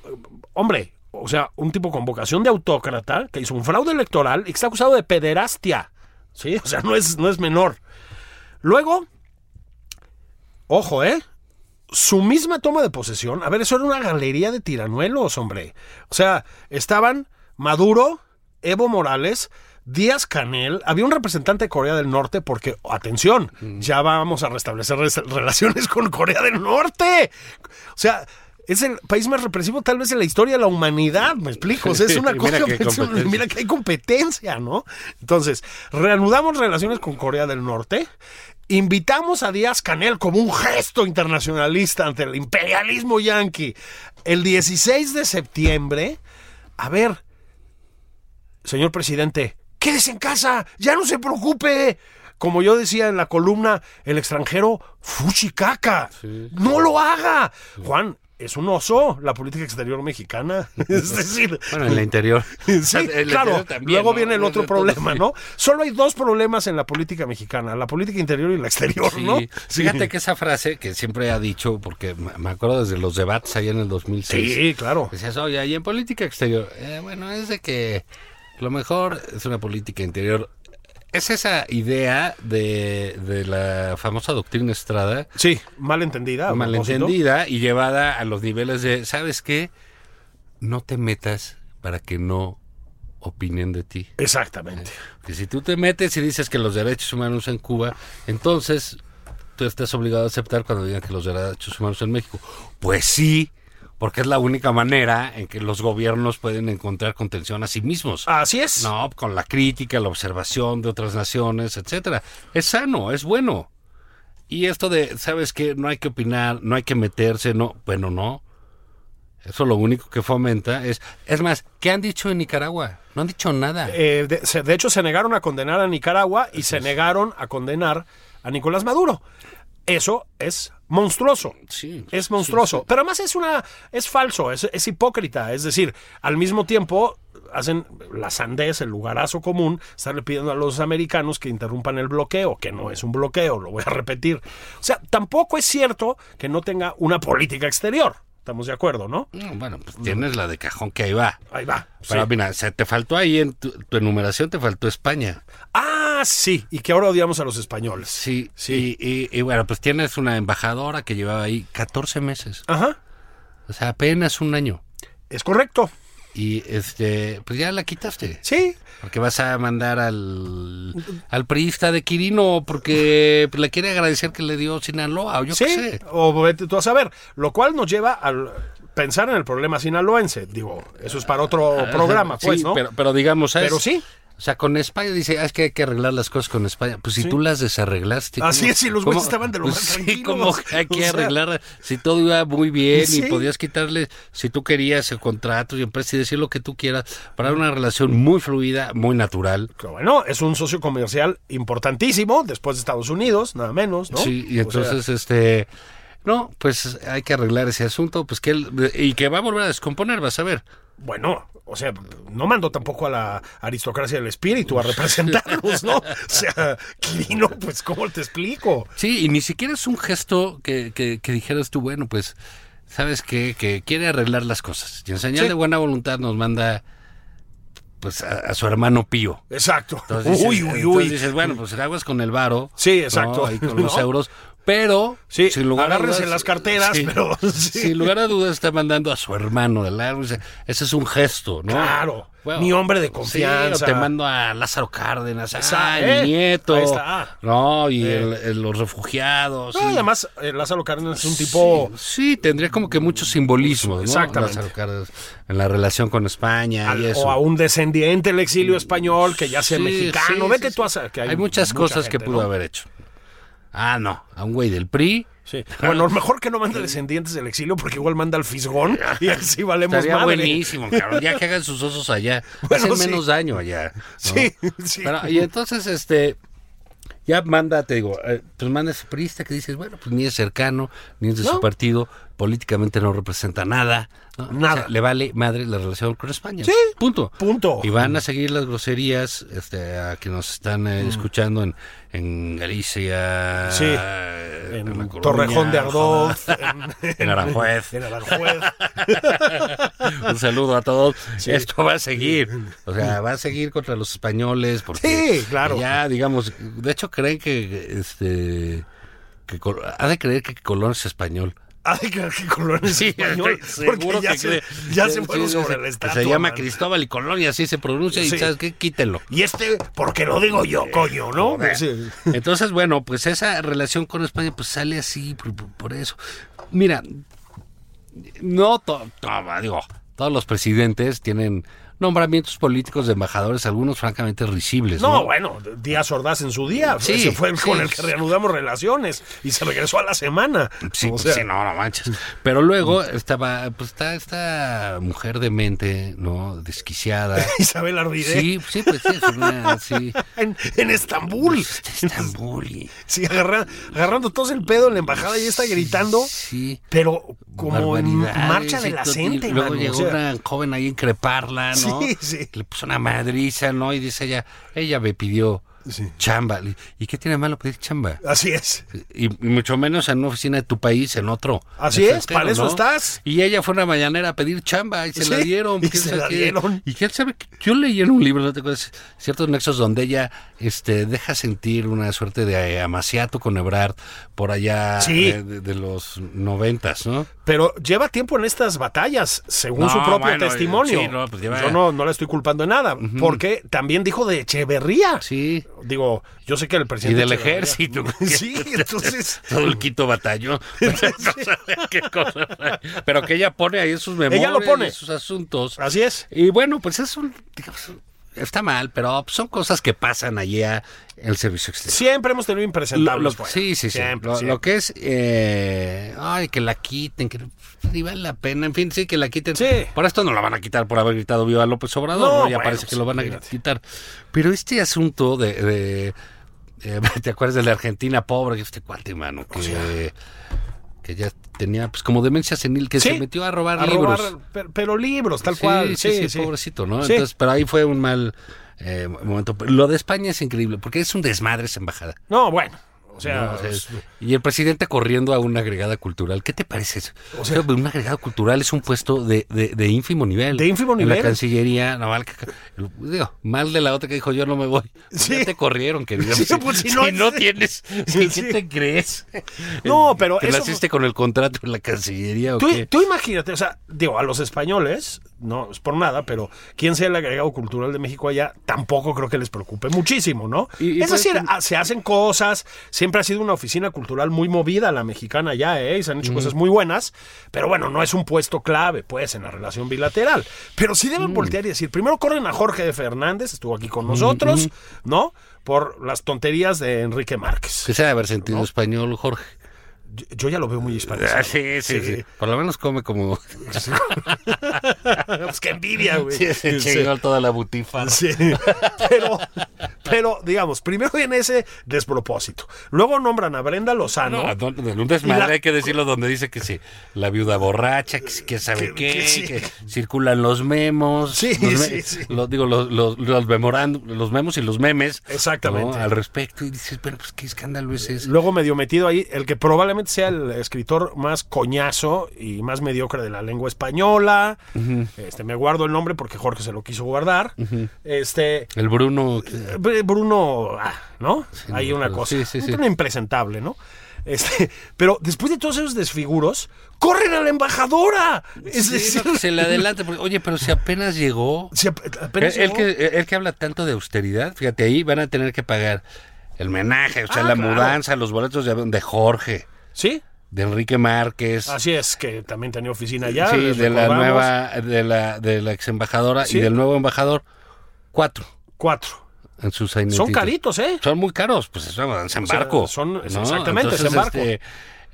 hombre, o sea, un tipo con vocación de autócrata que hizo un fraude electoral y que está acusado de pederastia. Sí, o sea, no es, no es menor. Luego, ojo, ¿eh? Su misma toma de posesión. A ver, eso era una galería de tiranuelos, hombre. O sea, estaban Maduro, Evo Morales, Díaz Canel. Había un representante de Corea del Norte porque, atención, Mm. ya vamos a restablecer res- relaciones con Corea del Norte. O sea. Es el país más represivo tal vez en la historia de la humanidad, me explico. O sea, es una Mira cosa, qué es un- competencia. mira que hay competencia, ¿no? Entonces, reanudamos relaciones con Corea del Norte, invitamos a Díaz Canel como un gesto internacionalista ante el imperialismo yanqui. El 16 de septiembre, a ver, señor presidente, quédese en casa, ya no se preocupe. Como yo decía en la columna, el extranjero fuchicaca. No lo haga. Juan, es un oso la política exterior mexicana. es decir, Bueno, en la interior. Sí, En la claro. interior también, Luego ¿no? viene el otro Sí. problema, ¿no? Solo hay dos problemas en la política mexicana, la política interior y la exterior, Sí. ¿no? Fíjate que esa frase que siempre ha dicho, porque me me acuerdo desde los debates allá en el 2006. Sí, claro. Decías, oye, y en política exterior, eh, bueno, es de que lo mejor es una política interior. Es esa idea de, de la famosa doctrina Estrada, Sí, malentendida. a propósito. malentendida y llevada a los niveles de, ¿sabes qué? No te metas para que no opinen de ti. Exactamente. Que si tú te metes y dices que los derechos humanos en Cuba, entonces tú estás obligado a aceptar cuando digan que los derechos humanos en México. Pues sí, porque es la única manera en que los gobiernos pueden encontrar contención a sí mismos. Así es. No, con la crítica, la observación de otras naciones, etcétera. Es sano, es bueno. Y esto de, ¿sabes qué? No hay que opinar, no hay que meterse, no, bueno, no. Eso lo único que fomenta es, es más, ¿qué han dicho en Nicaragua? No han dicho nada. Eh, de, se- de hecho, se negaron a condenar a Nicaragua y se negaron a condenar a Nicolás Maduro. Eso es monstruoso. Sí. Es monstruoso. Pero además es una. es falso, es, es hipócrita. Es decir, al mismo tiempo hacen la sandez, el lugarazo común, estarle pidiendo a los americanos que interrumpan el bloqueo, que no es un bloqueo, lo voy a repetir. O sea, tampoco es cierto que no tenga una política exterior. Estamos de acuerdo, ¿no? No, bueno, pues tienes la de cajón que ahí va. Ahí va. sí. Pero mira, o sea, te faltó ahí en tu, tu enumeración, te faltó España. Ah, sí. Y que ahora odiamos a los españoles. Sí, Sí. sí. Y, y- y bueno, pues tienes una embajadora que llevaba ahí 14 meses. Ajá. O sea, apenas un año. Es correcto. Y este, pues ya la quitaste. Sí. Porque vas a mandar al, al priista de Quirino porque pues, le quiere agradecer que le dio Sinaloa o yo qué sí. sé. O vete tú a saber. Lo cual nos lleva al pensar en el problema sinaloense. Digo, eso es para otro programa, pues, Ah, Sí, ¿no? pero, pero digamos, ¿sabes? Pero sí. O sea, con España dice, "Ah, es que hay que arreglar las cosas con España. Pues si tú las desarreglaste. Así ¿cómo- es, y los cómo- güeyes estaban de lo pues más Sí, tranquilos? como que hay que O sea, arreglar. Si todo iba muy bien Sí. y podías quitarle, si tú querías, el contrato y empresas y decir lo que tú quieras, para una relación muy fluida, muy natural. Pero bueno, es un socio comercial importantísimo después de Estados Unidos, nada menos, ¿no? Sí, y O sea, entonces, este. No, pues hay que arreglar ese asunto, pues que él. Y que va a volver a descomponer, vas a ver. bueno, o sea, no mandó tampoco a la aristocracia del espíritu a representarnos, ¿no? O sea, Quirino, pues, ¿cómo te explico? Sí, y ni siquiera es un gesto que, que, que dijeras tú, bueno, pues, ¿sabes qué? Que quiere arreglar las cosas. Y en señal Sí. de buena voluntad nos manda, pues, a, a su hermano Pío. Exacto. Entonces, uy, dices- uy, uy. entonces dices, bueno, pues el agua es con el varo. Sí, ¿no? exacto. Ahí con los ¿No? euros. Pero, Sí, sin lugar a agárrense dudas- las carteras, pero- sí. Sin lugar a dudas, está mandando a su hermano del árbol. Dice, Ese es un gesto, ¿no? Claro, Bueno, mi hombre de Sí, o confianza. te mando a Lázaro Cárdenas, Exacto, a ¿eh? nieto, Ahí está. Eh. no y el- el- los refugiados. No, y- además, eh, Lázaro Cárdenas es un tipo Sí, tendría como que mucho simbolismo, ¿no? Exactamente. Lázaro Cárdenas en la relación con España al- y eso. o a un descendiente del exilio español que ya sea Sí, mexicano. sí, Vete sí, tú a sí. sa- que hay, muchas mucha cosas que gente, pudo ¿no? haber hecho. Ah, no, a un güey del PRI. Sí. Bueno, a lo mejor que no mande descendientes del exilio porque igual manda al fisgón y así valemos Estaría madre. buenísimo, cabrón. Ya que hagan sus osos allá. Bueno, Hacen sí. menos daño allá. ¿no? Sí, sí. Pero, y entonces, este. Ya manda, te digo, eh, pues manda ese priista que dices, bueno, pues ni es cercano, ni es de su partido, políticamente no representa nada. ¿no? Nada. le vale madre la relación con España. Sí. Punto. Punto. Y van a seguir las groserías este, a que nos están eh, escuchando en, en Galicia. Mm. Sí. eh, En La Coruña, Torrejón de Ardoz, en, Aranjuez. En Aranjuez. Un saludo a todos. Esto va a seguir. O sea, va a seguir contra los españoles. Porque Sí, claro. Ya, digamos, de hecho creen que este que Col- ha de creer que Colón es español. Ay, que que Colón es español. estoy Porque seguro ya que se, cree. ya se Sí, fueron sí, sobre sí, la que estatua. Se llama man. Cristóbal y Colón y así se pronuncia. Sí. Y sabes qué, quítenlo. Y este, porque lo digo yo, coño, ¿no? Sí. Entonces, bueno, pues esa relación con España pues sale así por, por- por eso. Mira, no, to- toma, digo, todos los presidentes tienen nombramientos políticos de embajadores, algunos francamente risibles. No, No, bueno, Díaz Ordaz en su día. Sí, ese fue el con sí. el que reanudamos relaciones y se regresó a la semana. Sí, pues, O sea, sí, no, no manches. Pero luego estaba, pues está esta mujer de mente, ¿no? Desquiciada. Isabel Arvidé Sí, sí, pues sí, es una, sí. en, en Estambul. Este Estambul. y- Sí, agarra- agarrando todo el pedo en la embajada y está gritando, Sí. pero como en barbaridades, marcha de la entonces, gente. y Luego mano, o llegó sea, una joven ahí a increparla, ¿no? Sí, sí. Le puso una madriza, ¿no? Y dice ella, ella me pidió Sí. chamba. Le- ¿Y qué tiene de malo pedir chamba? Así es. Y, y mucho menos en una oficina de tu país, en otro. Así extranjero, es, para eso estás. Y ella fue una mañanera a pedir chamba y se la Sí, dieron. y quién se sabe la qué. dieron. Y quién sabe, qué- yo leí en un libro, no te acuerdas, ciertos nexos donde ella este, deja sentir una suerte de eh, amaciato con Ebrard por allá Sí. eh, de- de los noventas, ¿no? Pero lleva tiempo en estas batallas, según No, su propio bueno, testimonio. sí, no, pues lleva- Yo no, no la estoy culpando en nada, porque también dijo de Echeverría. Sí. Digo, yo sé que el Y presidente. del Echeverría- ejército. Sí, entonces. Todo el quito batallón. No sabe qué cosa. Pero que ella pone ahí en sus memorias, Ella lo pone. en sus asuntos. Así es. Y bueno, pues es un... digamos, está mal, pero son cosas que pasan allá en el servicio exterior. Siempre hemos tenido Lo- lo- impresentables. bueno, sí, sí, sí. siempre, lo, siempre. lo que es, eh, ay, que la quiten, que ni vale la pena, en fin, sí, que la quiten. Sí. Por esto no la van a quitar por haber gritado viva López Obrador, No, ¿no? bueno, ya parece que pues, lo van a imagínate. quitar. Pero este asunto de, de- eh, ¿te acuerdas de la Argentina pobre? Que Este cuate, mano, que, que ya tenía, pues, como demencia senil, que Sí, se metió a robar a libros. robar, pero, pero libros, tal cual. Sí, sí, pobrecito, ¿no? Sí. Entonces, pero ahí fue un mal eh, momento. Lo de España es increíble, porque es un desmadre esa embajada. No, bueno. O sea, ¿no? O sea, y el presidente corriendo a una agregada cultural. ¿Qué te parece eso? O sea, un agregado cultural es un puesto de, de- de ínfimo nivel. De ínfimo En nivel. la Cancillería, no, mal, que- digo, mal de la otra que dijo, yo no me voy. Sí. Ya te corrieron, querido. Sí, pues, si no- tienes, ¿qué Sí. te crees? No, pero ¿Te eso- naciste con el contrato en la Cancillería o Tú, qué? tú imagínate, o sea, digo, a los españoles, no es por nada, pero quien sea el agregado cultural de México allá, tampoco creo que les preocupe muchísimo, ¿no? Y- y es pues, decir, a- se hacen cosas, siempre ha sido una oficina cultural muy movida la mexicana allá, ¿eh? Y se han hecho cosas muy buenas, pero bueno, no es un puesto clave, pues, en la relación bilateral. Pero sí Mm. deben voltear y decir, primero corren a Jorge Fernández, estuvo aquí con nosotros, ¿no? Por las tonterías de Enrique Márquez. Que se ha de haber sentido español, Jorge. Yo, yo ya lo veo muy hispano. Ah, sí, sí, sí. Por lo menos come como pues qué envidia, güey. se Sí. chingó toda la butifa. Sí, pero, Pero, digamos, primero viene ese despropósito. Luego nombran a Brenda Lozano. Ah, No, no, de un desmadre Y la- hay que decirlo donde dice que sí, la viuda borracha, que, sí, que Que- sabe qué, que sí. que circulan los memos, Sí, los me- sí, sí. los- digo, los, los, los memorándum- los memos y los memes. Exactamente. ¿no? Al respecto, y dices, bueno, pues qué escándalo es ese. Luego medio metido ahí, el que probablemente sea el escritor más coñazo y más mediocre de la lengua española. Este, me guardo el nombre porque Jorge se lo quiso guardar. Este. El Bruno. Br- Bruno, ah, ¿no? Hay no, una pero cosa. sí, sí, sí. Un impresentable, ¿no? Este, pero después de todos esos desfiguros, ¡corren a la embajadora! Es decir, se le adelanta, porque, oye, pero si apenas llegó. si ap- apenas El, el llegó. que, el que habla tanto de austeridad, fíjate, ahí van a tener que pagar el menaje, o sea, Ah, la claro. mudanza, los boletos de, avión de Jorge, Sí, de Enrique Márquez. así es, que también tenía oficina allá. sí, les de la recordamos. nueva, de la, de la ex embajadora Sí. y del nuevo embajador, cuatro Cuatro. en sus Son sainetitos. caritos, ¿eh? Son muy caros, pues es una mudanza en sea, barco. son- exactamente, es en barco. este,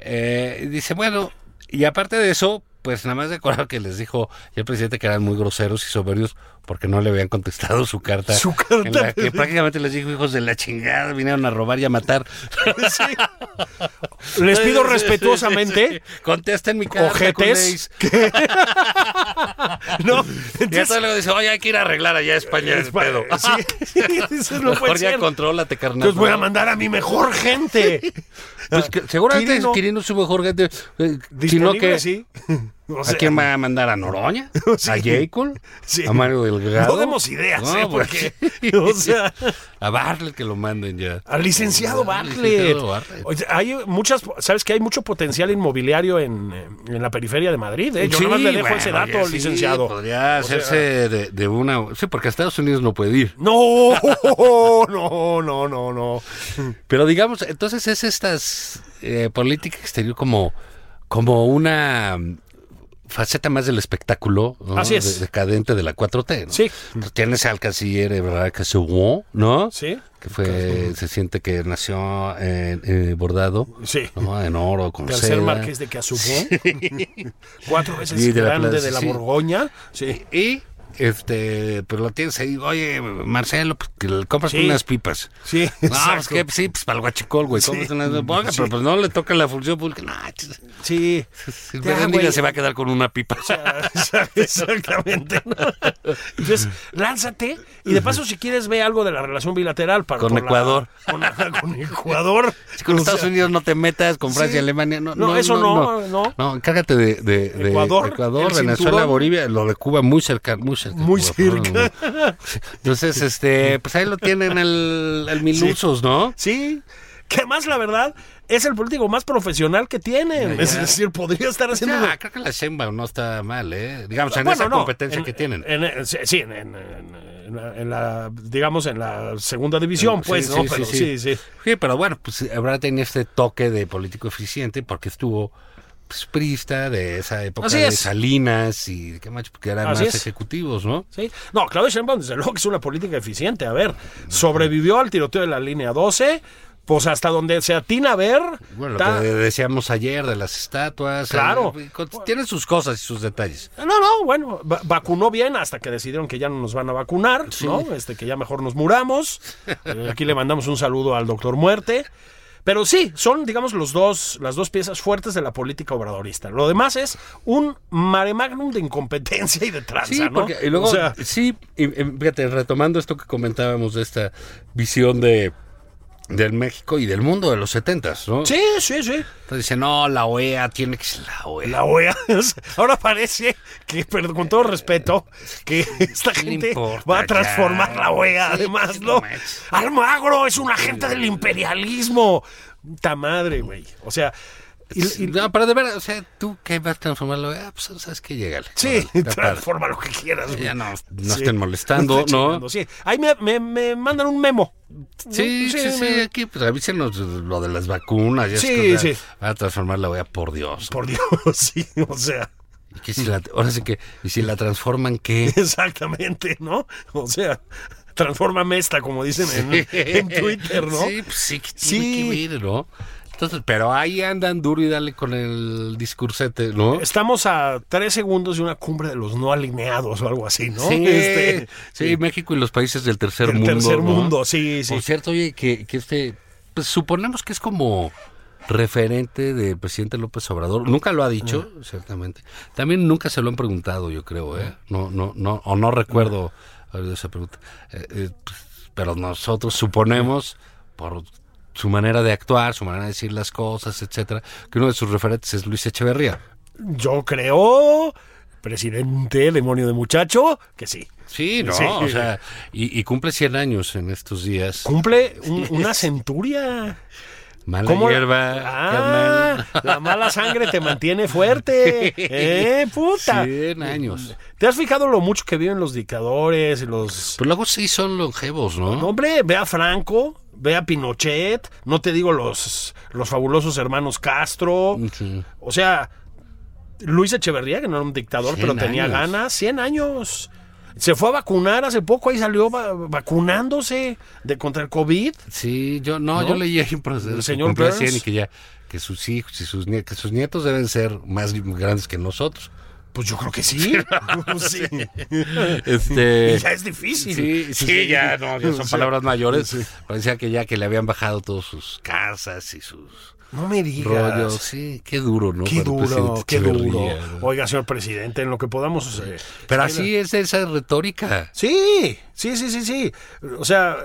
eh, dice, bueno, y aparte de eso, pues nada más de acuerdo que les dijo ya el presidente que eran muy groseros y soberbios porque no le habían contestado su carta. Su carta. En la que prácticamente les dijo, hijos de la chingada, vinieron a robar y a matar. Les pido Sí, sí, sí, respetuosamente. sí, sí. Contesten mi carta. Ojetes. culéis. ¿Qué? no, Y entonces entonces. luego dice, oye, hay que ir a arreglar allá a España el pedo. Sí, sí, eso no Mejor puede ya ser. contrólate, carnal. Entonces voy a ¿no? mandar a mi mejor gente. Pues que- seguramente Quirino- Quirino es su mejor gente. eh, Sino Disponible, que. sí. O ¿A sea, quién va a mandar? ¿A Noroña? Sí. ¿A Jacob? Sí. ¿A Mario Delgado? No demos ideas, No, ¿eh? pues, Porque, sí. o sea, Ah, A Bartlett que lo manden ya. al licenciado Al Bartlett. licenciado Bartlett. Oye, Hay muchas, sabes que hay mucho potencial inmobiliario en, eh, en la periferia de Madrid. ¿eh? Yo Sí, nada más le dejo bueno, ese dato oye, al sí, licenciado. Podría hacerse de, de una. Sí, porque a Estados Unidos no puede ir. No, no, no, no, no. Pero digamos, entonces es estas eh, política exterior como, como una mm, faceta más del espectáculo ¿no? Así es. De- decadente de la 4T. ¿no? Sí. Tienes al canciller Ebrard que se hubo, ¿no? Sí, Que fue, se siente que nació en, eh, bordado, sí. ¿no? En oro, con Tercer seda. marqués de Cazubón. Cuatro veces Y de la grande plaza, de la sí. Borgoña. Sí. Y, este, pero lo tienes ahí, oye, Marcelo, pues, que le compras Sí. unas pipas. Sí, No, pues exacto. que sí, pues para el guachicol, güey. cómprate unas- Oiga, pero pues no le toca la función pública. No, ch- Sí. El Ya, Berenice güey. se va a quedar con una pipa. Exactamente. Entonces, lánzate y de paso, si quieres, ve algo de la relación bilateral para Con por la- Ecuador. con, ajá, con Ecuador. Si con O Estados sea, Unidos no te metas, con Francia Sí. y Alemania. No, No, eso no, no. No, encárgate de, de- de Ecuador, Ecuador, el Venezuela, cinturón. Bolivia, lo de Cuba muy cerca. Muy cerca. Muy Cuba, cerca. ¿no? Entonces, este, pues ahí lo tienen el, el Milusos, ¿no? Sí. Que más, la verdad, es el político más profesional que tienen. Es decir, podría estar haciendo. Ya, creo que la Sheinbaum no está mal, ¿eh? Digamos, en Bueno, esa no, competencia en- que tienen. en- en- sí, sí, en, en- en- en la- en la, digamos, en la segunda división, pues, ¿no? Pero sí, sí. Sí, pero bueno, pues habrá tenido este toque de político eficiente porque estuvo pues, prista de esa época Así de es. Salinas y de qué macho, que eran Así más es. ejecutivos, ¿no? Sí. No, Claudia Sheinbaum, desde luego que es una política eficiente. A ver, sobrevivió al tiroteo de la línea 12, pues hasta donde se atina a ver. Bueno, ta- lo que decíamos ayer de las estatuas. Claro. eh, con- tienen sus cosas y sus detalles. No, no, bueno, va- vacunó bien hasta que decidieron que ya no nos van a vacunar, ¿no? Este, que ya mejor nos muramos. Eh, Aquí le mandamos un saludo al doctor Muerte. Pero sí, son, digamos, los dos, las dos piezas fuertes de la política obradorista. Lo demás es un mare magnum de incompetencia y de tranza, Sí, ¿no? porque y luego, O sea, sí, y, y fíjate, retomando esto que comentábamos de esta visión de del México y del mundo de los setentas, ¿no? sí, sí, sí. Entonces dice, no, la OEA tiene que ser la E OEA. La OEA. Ahora parece que, pero con todo respeto, que esta ¿Qué le gente importa va a transformar ya? la OEA. Sí, Además, sí, ¿no? no manches. Almagro es un agente del imperialismo. Ta madre, güey. O sea. y- y- No, pero de verdad, o sea, tú que vas a transformarlo, ah, pues sabes que llegale. sí, Órale, está padre. transforma lo que quieras, güey. Ya no, no Sí. estén molestando, Está ¿no? chingando, Sí. Ahí me, me- me mandan un memo. Sí, sí, sí, me- aquí pues, avísenos lo de las vacunas. Ya es Sí, que, o sea, sí. Van a transformar la OEA, por Dios. Por Dios, sí. O sea, Y que si la, ahora sí que, y si la transforman, ¿qué? exactamente, ¿no? O sea, transfórmame esta, como dicen en, en Twitter, ¿no? Sí, pues sí, que Sí. tiene que ver, ¿no? Entonces, pero ahí andan duro y dale con el discursete, ¿no? Estamos a tres segundos de una cumbre de los no alineados o algo así, ¿no? Sí, Este, sí, México y los países del tercer el mundo. tercer ¿no? mundo, sí, sí. Por cierto, oye, que, que este, pues suponemos que es como referente del presidente López Obrador. Nunca lo ha dicho, ciertamente. También nunca se lo han preguntado, yo creo, ¿eh? No, no, no, o no recuerdo haber oído esa pregunta. Eh, eh, pues, pero nosotros suponemos, por su manera de actuar, su manera de decir las cosas, etcétera, que uno de sus referentes es Luis Echeverría. Yo creo, presidente, demonio de muchacho, que sí. Sí, no, Sí. o sea, y, y cumple 100 años en estos días. Cumple un- una centuria. Mala ¿Cómo la- hierba, carnal. Ah, la mala sangre te mantiene fuerte. ¡Eh, puta! 100 años. ¿Te has fijado lo mucho que viven los dictadores, los... Pero Pues luego sí son longevos, ¿no? No, hombre, ve a Franco, ve a Pinochet, no te digo los, los fabulosos hermanos Castro. Sí. O sea, Luis Echeverría, que no era un dictador, 100 pero tenía años. ganas, 100 años. Se fue a vacunar hace poco, ahí salió va- vacunándose de contra el COVID. Sí, yo no, yo leí ahí un proceso El señor señor cumplía Burns. 100 y que ya que sus hijos y sus nietos, que sus nietos deben ser más grandes que nosotros. Pues yo creo que sí. Sí. Este Y ya es difícil. Sí, sí, ya, no, ya son Sí. palabras mayores. Parecía que ya que le habían bajado todas sus casas y sus No me digas. rollos. Sí, qué duro, ¿no? Qué Para el duro, presidente qué duro. Echeverría, ¿no? Oiga, señor presidente, en lo que podamos... eh, Pero así es esa retórica. Sí, sí, sí, sí, sí. O sea,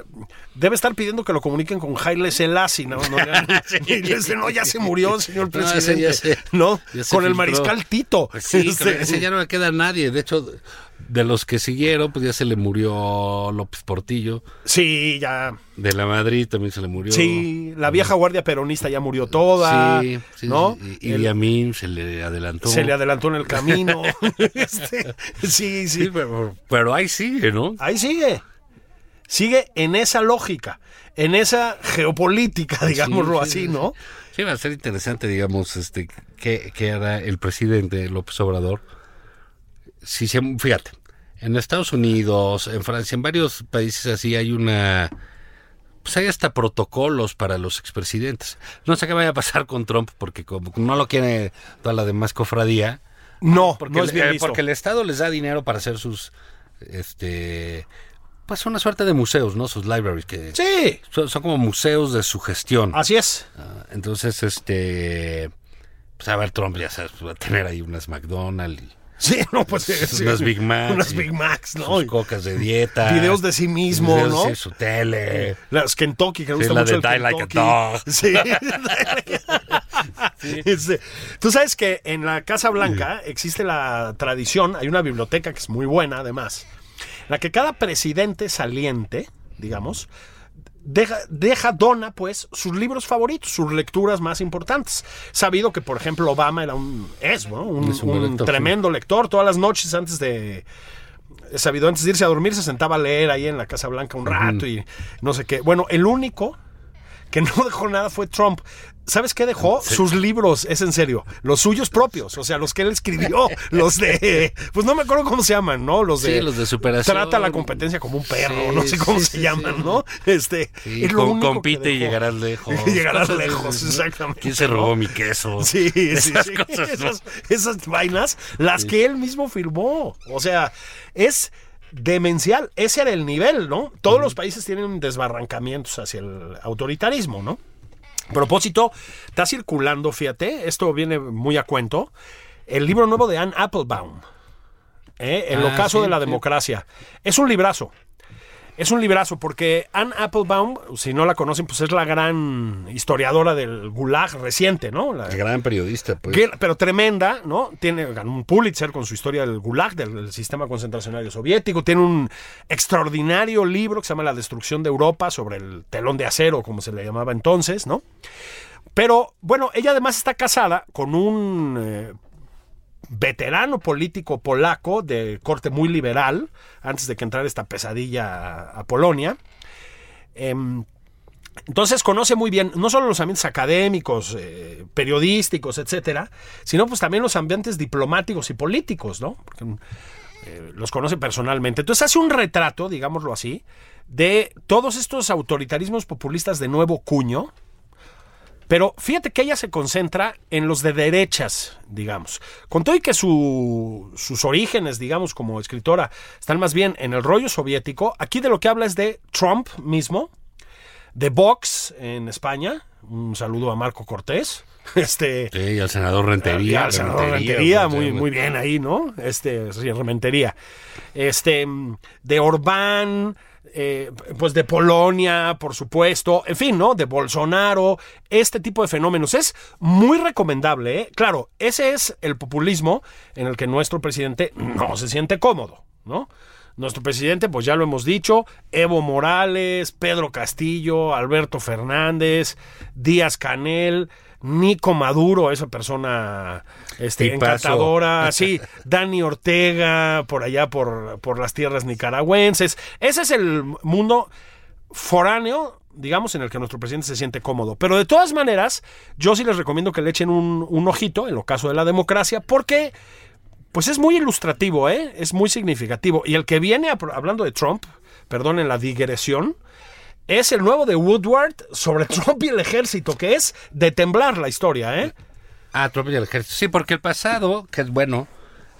debe estar pidiendo que lo comuniquen con Haile Selassie, ¿no? No, ya, Y le dicen, "No, ya se murió, señor No, ese presidente. ya se- ¿no? ya se con el filtró. mariscal Tito. Pues sí, Este, con ese ya no le queda a nadie. De hecho, de los que siguieron, pues ya se le murió López Portillo. sí, ya. De la Madrid también se le murió. Sí, la vieja guardia peronista ya murió toda. Sí, sí, ¿no? sí. Y El- Idi Amin se le adelantó. se le adelantó en el camino. Este, sí, Sí, sí. pero, pero ahí sigue, ¿no? Ahí sigue. Sigue en esa lógica, en esa geopolítica, digámoslo Sí, Ah, sí, así, sí. ¿no? Sí, va a ser interesante, digamos, este, qué, qué hará el presidente López Obrador. Si se, fíjate, en Estados Unidos, en Francia, en varios países así hay una... Pues hay hasta protocolos para los expresidentes. No sé qué vaya a pasar con Trump, porque como no lo quiere toda la demás cofradía, No, porque, no es el- bien eh, visto. porque el Estado les da dinero para hacer sus, este, pues una suerte de museos, ¿no? Sus libraries, que Sí, son, son como museos de su gestión. así es. Ah, entonces, este, pues a ver, Trump ya sabes, va a tener ahí unas McDonald's, y Sí, no, pues sí, unas Big Macs, Unas y Big Macs, ¿no? sus cocas de dieta. Videos de sí mismo, videos ¿no? de su tele. Las Kentucky, que me Sí, gusta la mucho de el Die Like a Kentucky. Dog. Sí. Sí. Tú sabes que en la Casa Blanca existe la tradición, hay una biblioteca que es muy buena además, en la que cada presidente saliente, digamos, deja, deja, dona pues sus libros favoritos, sus lecturas más importantes. Sabido que, por ejemplo, Obama era un, es, ¿no? Un, Es un un buen lector, sí. tremendo lector. Todas las noches antes de, sabido antes de irse a dormir se sentaba a leer ahí en la Casa Blanca un rato y no sé qué. Bueno, el único que no dejó nada fue Trump. ¿Sabes qué dejó? Sus libros, es en serio, los suyos propios, o sea, los que él escribió, los de, pues no me acuerdo cómo se llaman, ¿no? Los de, Sí, los de superación. Trata la competencia como un perro, Sí, no sé cómo sí, se sí, llaman, sí. ¿no? Este, Sí, es lo com- único que compite y dejó. llegarás lejos. Y llegarás Cosas de- lejos, exactamente, ¿Quién se ¿no? robó mi queso? Sí, sí, Esas sí. cosas, ¿no? Esas, esas vainas, las que él mismo firmó. O sea, es demencial. Ese era el nivel, ¿no? Todos los países tienen desbarrancamientos hacia el autoritarismo, ¿no? Propósito, está circulando, fíjate, esto viene muy a cuento, el libro nuevo de Anne Applebaum, ¿eh? El Ah, ocaso sí, de la sí. democracia. Es un librazo. Es un librazo porque Anne Applebaum, si no la conocen, pues es la gran historiadora del Gulag reciente, ¿no? La- Gran periodista, pues. que- pero tremenda, ¿no? Tiene, ganó un Pulitzer con su historia del Gulag, del, del sistema concentracionario soviético. Tiene un extraordinario libro que se llama La destrucción de Europa sobre el telón de acero, como se le llamaba entonces, ¿no? Pero bueno, ella además está casada con un eh, veterano político polaco de corte muy liberal, antes de que entrara esta pesadilla a, a Polonia. Em, entonces conoce muy bien no solo los ambientes académicos, eh, periodísticos, etcétera, sino pues también los ambientes diplomáticos y políticos, ¿no? Porque mm, eh, los conoce personalmente. Entonces hace un retrato, digámoslo así, de todos estos autoritarismos populistas de nuevo cuño Pero fíjate que ella se concentra en los de derechas, digamos. Con todo y que su- sus orígenes, digamos, como escritora, están más bien en el rollo soviético, aquí de lo que habla es de Trump mismo, de Vox en España. Un saludo a Marco Cortés. Este, Sí, y al senador Rentería. pues, al senador Rentería, muy, muy bien ahí, ¿no? Este, sí, Rementería. Este, mm, de Orbán, eh, pues de Polonia, por supuesto, en fin, ¿no? De Bolsonaro, este tipo de fenómenos. Es muy recomendable, ¿eh? Claro, ese es el populismo en el que nuestro presidente no se siente cómodo, ¿no? Nuestro presidente, pues ya lo hemos dicho, Evo Morales, Pedro Castillo, Alberto Fernández, Díaz Canel, Nico Maduro, esa persona este, Tipazo. encantadora, sí, Dani Ortega, por allá por, por las tierras nicaragüenses. Ese es el mundo foráneo, digamos, en el que nuestro presidente se siente cómodo. Pero de todas maneras, yo sí les recomiendo que le echen un, un ojito, en lo caso de la democracia, porque pues es muy ilustrativo, ¿eh? Es muy significativo. Y el que viene, a- hablando de Trump, perdonen la digresión, es el nuevo de Woodward sobre Trump y el ejército, que es de temblar la historia, ¿eh? Ah, Trump y el ejército. Sí, porque el pasado, que es bueno,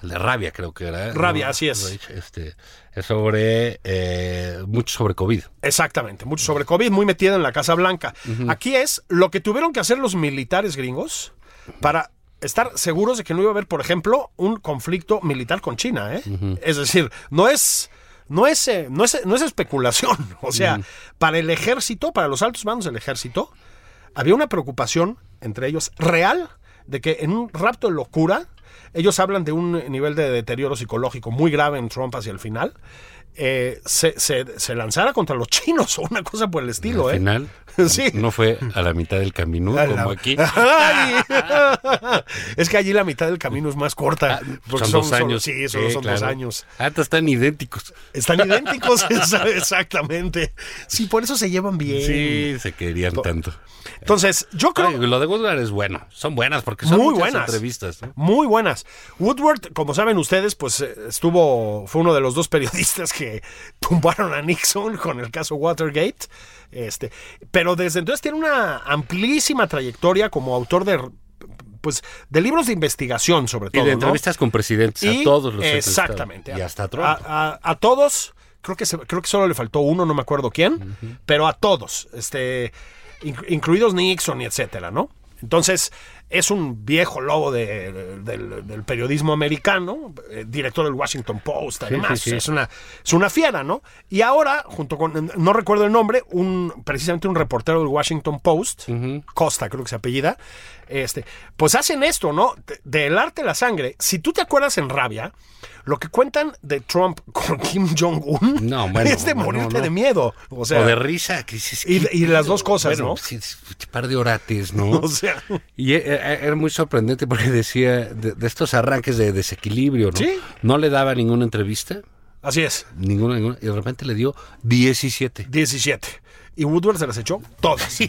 el de rabia creo que era. ¿eh? Rabia, así es. Este, es sobre, eh, mucho sobre COVID. Exactamente, mucho sobre COVID, muy metido en la Casa Blanca. Aquí es lo que tuvieron que hacer los militares gringos para estar seguros de que no iba a haber, por ejemplo, un conflicto militar con China. ¿eh? Es decir, no es, no, es, eh, no, es, no es especulación. O sea, para el ejército, para los altos mandos del ejército, había una preocupación entre ellos real de que en un rapto de locura, ellos hablan de un nivel de deterioro psicológico muy grave en Trump hacia el final, eh, se, se- se lanzara contra los chinos o una cosa por el estilo. Al ¿eh? final, Sí. no fue a la mitad del camino, A la- como aquí. Ay. es que allí la mitad del camino es más corta. Ah, porque Ah, son dos solo- años. sí, solo son dos claro. años. Antes están idénticos. Están idénticos, esa- exactamente. Sí, por eso se llevan bien. Sí, se querían tanto. Entonces, yo creo... Ay, lo de Woodward es bueno. Son buenas porque son Muy muchas buenas. entrevistas. ¿no? Muy buenas. Woodward, como saben ustedes, pues eh, estuvo, fue uno de los dos periodistas que tumbaron a Nixon con el caso Watergate. Este, pero desde entonces tiene una amplísima trayectoria como autor de, pues, de libros de investigación, sobre Y todo. de ¿no? entrevistas con presidentes, Y- a todos los entrevistados. Exactamente. Ah, Y hasta a Trump. A, a- a todos, creo que, se- creo que solo le faltó uno, no me acuerdo quién, pero a todos, este, inc- incluidos Nixon y etcétera, ¿no? Entonces, es un viejo lobo de- del, del periodismo americano, eh, director del Washington Post, además. sí, sí. Es, una, es una fiera, ¿no? Y ahora, junto con, no recuerdo el nombre, un precisamente un reportero del Washington Post, Costa creo que se apellida, este, pues hacen esto, ¿no? De- del arte a la sangre. Si tú te acuerdas en Rabia, lo que cuentan de Trump con Kim Jong-un No, bueno, es de bueno, morirte no. de miedo. O sea, o de risa. Que dices, y, ¿qué y las dos cosas, Bueno, ¿no? sí, es un par de orates, ¿no? O sea, y e- e- era muy sorprendente porque decía de, de estos arranques de desequilibrio, ¿no? Sí. No le daba ninguna entrevista, así es. ninguna, ninguna, y de repente le dio 17. 17. Y Woodward se las echó todas.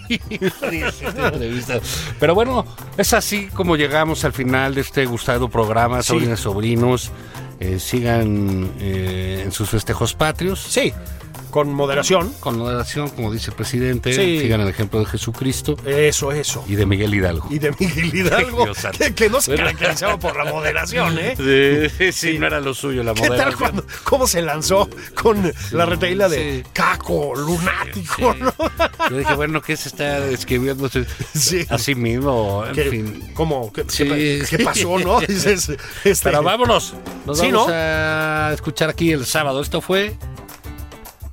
entrevistas. Pero bueno, es así como llegamos al final de este gustado programa, Sobrinas Sobrinos. Eh, sigan eh, en sus festejos patrios. Sí, con moderación. Con moderación, como dice el presidente. Sí. Sigan el ejemplo de Jesucristo Eso, eso. y de Miguel Hidalgo. y de Miguel Hidalgo, Dios santo. que, que no se caracterizaba por la moderación, ¿eh? Sí, sí, no era lo suyo la ¿Qué tal cuando, cómo se lanzó con la retaíla de sí. caco, lunático, no? Yo dije, bueno, ¿qué se está escribiendo Sí. a sí mismo? En ¿Qué, fin. ¿Cómo? ¿Qué, Sí. qué- qué pasó, no? Dices, este, Pero vámonos. Nos Sí, vamos ¿no? a escuchar aquí el sábado. Esto fue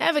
Ever